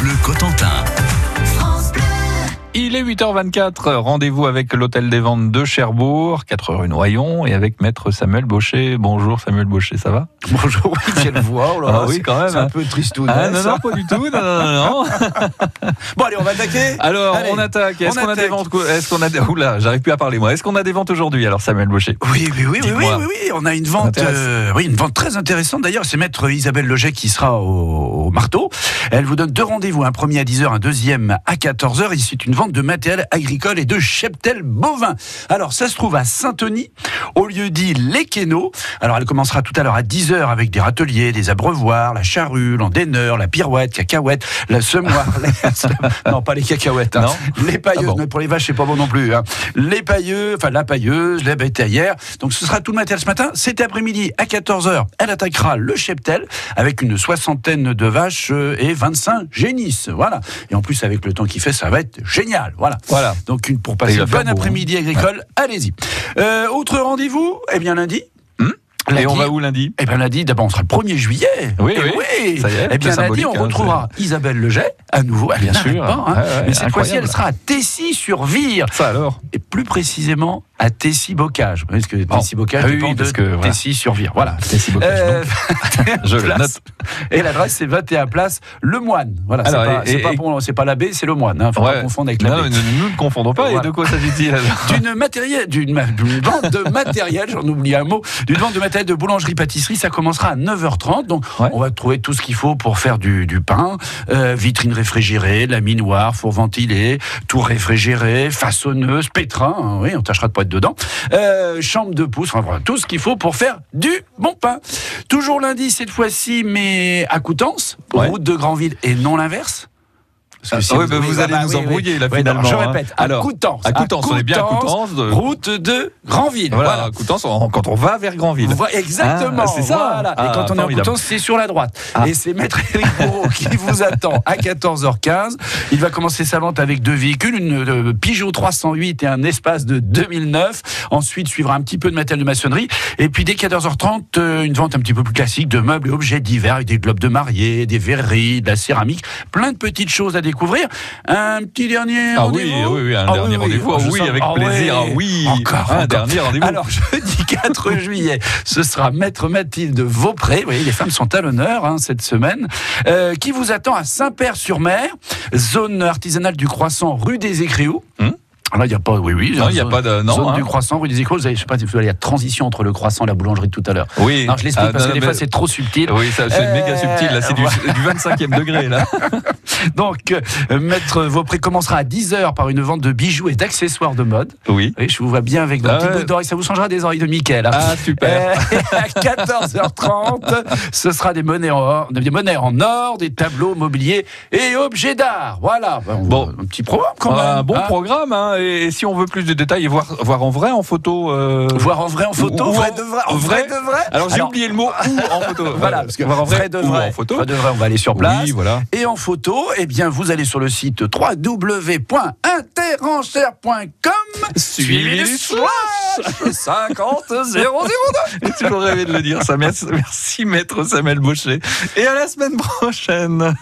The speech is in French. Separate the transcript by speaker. Speaker 1: Bleu Cotentin.
Speaker 2: Il est 8h24. Rendez-vous avec l'Hôtel des Ventes de Cherbourg, 4 rue Noyon, et avec Maître Samuel Baucher. Bonjour Samuel Baucher, ça va
Speaker 3: Bonjour, oui, quelle voix, oh là
Speaker 2: Ah
Speaker 3: là,
Speaker 2: oui,
Speaker 3: c'est-
Speaker 2: quand même,
Speaker 3: C'est un
Speaker 2: hein.
Speaker 3: peu tristounet.
Speaker 2: Ah, Non,
Speaker 3: ça.
Speaker 2: non, pas du tout. Non, non, non, non.
Speaker 3: Bon, allez, on va attaquer.
Speaker 2: Alors,
Speaker 3: Allez,
Speaker 2: on attaque. Est-ce
Speaker 3: on
Speaker 2: qu'on a des
Speaker 3: attaque.
Speaker 2: ventes co- Est-ce qu'on a des... Oula, j'arrive plus à parler moi. Est-ce qu'on a des ventes aujourd'hui alors Samuel Baucher
Speaker 3: Oui, oui, oui, oui, oui,
Speaker 2: Dites-moi.
Speaker 3: oui, oui, on a une vente,
Speaker 2: m'intéresse.
Speaker 3: euh, oui, une vente très intéressante. D'ailleurs, c'est maître Isabelle Leget qui sera au, au marteau. Elle vous donne deux rendez-vous, un premier à 10h, un deuxième à 14h. Ici, c'est une vente de matériel agricole et de cheptel bovin. Alors, ça se trouve à Saint-Denis, au lieu dit Les Quéneaux. Alors, elle commencera tout à l'heure à 10h avec des râteliers, des abreuvoirs, la charrue, l'endéneur, la pirouette, cacahuète, la semoire. la- Non, pas les cacahuètes. hein.
Speaker 2: Non
Speaker 3: Les pailleuses,
Speaker 2: Ah bon.
Speaker 3: mais pour les vaches, c'est pas bon non plus. hein. Les pailleux, enfin la pailleuse, les bétaillères. Donc ce sera tout le matériel ce matin. Cet après-midi, à 14h, elle attaquera le cheptel avec une soixantaine de vaches euh, et 25 génisses. Voilà. Et en plus, avec le temps qu'il fait, ça va être génial. Voilà.
Speaker 2: Voilà.
Speaker 3: Donc une, pour
Speaker 2: Et il
Speaker 3: passer
Speaker 2: va
Speaker 3: un
Speaker 2: faire
Speaker 3: bon
Speaker 2: beau, hein.
Speaker 3: après-midi agricole, allez-y. Euh, autre rendez-vous Eh bien lundi.
Speaker 2: Hmm Et
Speaker 3: Lundi,
Speaker 2: on va où lundi
Speaker 3: eh bien lundi, d'abord on sera le 1er juillet.
Speaker 2: Oui,
Speaker 3: Eh
Speaker 2: oui. Ça y est,
Speaker 3: Eh bien
Speaker 2: c'est
Speaker 3: lundi,
Speaker 2: symbolique,
Speaker 3: on
Speaker 2: hein,
Speaker 3: retrouvera Isabelle Leget à nouveau. Elle
Speaker 2: Bien
Speaker 3: n'arrête
Speaker 2: sûr.
Speaker 3: pas, hein.
Speaker 2: Ouais, ouais,
Speaker 3: Mais cette fois-ci,
Speaker 2: incroyable.
Speaker 3: elle sera à Tessy-sur-Vire.
Speaker 2: Ça alors
Speaker 3: Et plus précisément à Tessy-Bocage. Parce que Tessy-Bocage
Speaker 2: Ah oui,
Speaker 3: dépend
Speaker 2: parce
Speaker 3: de
Speaker 2: que, voilà.
Speaker 3: Tessy-sur-Vire. Voilà.
Speaker 2: Merci beaucoup.
Speaker 3: Euh,
Speaker 2: Je le
Speaker 3: place.
Speaker 2: note.
Speaker 3: Et l'adresse, c'est 21 place Le Moine. Voilà, c'est
Speaker 2: Alors,
Speaker 3: pas,
Speaker 2: et-
Speaker 3: c'est
Speaker 2: et-
Speaker 3: pas, pour- c'est pas l'abbé, c'est le Moine. Hein. Faut
Speaker 2: Ouais.
Speaker 3: pas confondre avec
Speaker 2: Non,
Speaker 3: l'abbé.
Speaker 2: mais ne nous ne confondons pas. Et
Speaker 3: Voilà.
Speaker 2: de quoi s'agit-il alors
Speaker 3: D'une matériel, d'une ma- d'une vente de matériel, j'en oublie un mot, d'une vente de matériel de boulangerie-pâtisserie, ça commencera à 9h30. Donc,
Speaker 2: Ouais.
Speaker 3: on va trouver tout ce qu'il faut pour faire du, du pain. Euh, vitrine réfrigérée, laminoir, four ventilé, tout réfrigéré, façonneuse, pétrin. hein, oui, on tâchera de pas être dedans. Euh, chambre de pouce, enfin, voilà, tout ce qu'il faut pour faire du bon pain. Toujours lundi, cette fois-ci, mais à Coutances,
Speaker 2: Ouais.
Speaker 3: route de Grandville et non l'inverse. Parce que si
Speaker 2: Ah oui, bah, vous
Speaker 3: bah,
Speaker 2: allez
Speaker 3: bah,
Speaker 2: nous
Speaker 3: oui, oui.
Speaker 2: embrouiller, là,
Speaker 3: Ouais, non,
Speaker 2: finalement, hein.
Speaker 3: je répète,
Speaker 2: Alors,
Speaker 3: à Coutances.
Speaker 2: À Coutances, on est bien à Coutances. de-
Speaker 3: Route de Grandville.
Speaker 2: Voilà,
Speaker 3: Voilà.
Speaker 2: à Coutances, on- quand on va vers Grandville.
Speaker 3: Voilà, exactement.
Speaker 2: Ah, c'est ça.
Speaker 3: Voilà.
Speaker 2: Ah,
Speaker 3: Et quand on est en
Speaker 2: formidable.
Speaker 3: Coutances, c'est sur la droite.
Speaker 2: Ah.
Speaker 3: Et c'est Maître Éric Bourreau qui vous attend à 14h15. Il va commencer sa vente avec deux véhicules, une euh, Peugeot 308 et un espace de 2009. Ensuite, suivra un petit peu de matériel de maçonnerie. Et puis, dès 14h30, euh, une vente un petit peu plus classique de meubles et objets divers avec des globes de mariée, des verreries, de la céramique. Plein de petites choses à découvrir. Un petit dernier
Speaker 2: Ah oui,
Speaker 3: rendez-vous.
Speaker 2: oui, oui, un
Speaker 3: Ah
Speaker 2: dernier rendez-vous. Ah
Speaker 3: Je
Speaker 2: oui,
Speaker 3: sens-
Speaker 2: avec
Speaker 3: Ah
Speaker 2: plaisir. Ah
Speaker 3: ouais.
Speaker 2: oui,
Speaker 3: Encore,
Speaker 2: un
Speaker 3: encore.
Speaker 2: dernier rendez-vous.
Speaker 3: Alors, jeudi 4 juillet, ce sera Maître Mathilde Vaupré. Vous voyez, les femmes sont à l'honneur hein, cette semaine. euh, qui vous attend à Saint-Père-sur-Mer, zone artisanale du croissant, rue des Écrioux.
Speaker 2: Hum.
Speaker 3: Là, il n'y a pas. Oui, oui.
Speaker 2: non, il n'y a pas de. Non,
Speaker 3: zone
Speaker 2: hein.
Speaker 3: du croissant, rue des Écrioux. Vous avez, je sais pas si vous allez la transition entre le croissant et la boulangerie de tout à l'heure.
Speaker 2: Oui.
Speaker 3: Non, je
Speaker 2: Ah,
Speaker 3: l'explique parce
Speaker 2: non,
Speaker 3: que des
Speaker 2: mais- Oh.
Speaker 3: fois, c'est trop subtil.
Speaker 2: Oui, ça, c'est
Speaker 3: Euh,
Speaker 2: méga subtil, là, c'est du, du 25e degré, là.
Speaker 3: Donc, euh, Maître Vaupré commencera à 10h par une vente de bijoux et d'accessoires de mode.
Speaker 2: Oui.
Speaker 3: Oui, je vous vois bien avec
Speaker 2: Ah
Speaker 3: votre petite
Speaker 2: ouais.
Speaker 3: boucle d'oreille. Ça vous changera des oreilles de Michael. hein.
Speaker 2: Ah, super.
Speaker 3: Euh, à 14h30, ce sera des monnaies, en or, des monnaies en or, des tableaux mobiliers et objets d'art. Voilà. Ben, on-
Speaker 2: Bon.
Speaker 3: un petit programme quand même.
Speaker 2: un bon
Speaker 3: hein.
Speaker 2: programme, hein. Et, et si on veut plus de détails et voir, voir en vrai, en photo. euh,
Speaker 3: Voir en vrai en photo,
Speaker 2: Ou- ou
Speaker 3: vrai
Speaker 2: en-
Speaker 3: de vrai,
Speaker 2: en
Speaker 3: en vrai
Speaker 2: vrai.
Speaker 3: de vrai.
Speaker 2: Alors, j'ai
Speaker 3: Alors,
Speaker 2: oublié le mot ou en photo.
Speaker 3: Voilà, parce que
Speaker 2: voir en vrai,
Speaker 3: vrai de
Speaker 2: ou
Speaker 3: vrai.
Speaker 2: en photo.
Speaker 3: Vrai de vrai, on va aller sur place.
Speaker 2: Oui, voilà.
Speaker 3: Et en photo, eh bien, vous allez sur le site www.interenchère.com.
Speaker 2: Suivez les
Speaker 3: slash 50 002.
Speaker 2: J'ai toujours rêvé de le dire, ça. Merci, merci, maître Samuel Baucher. Et à la semaine prochaine.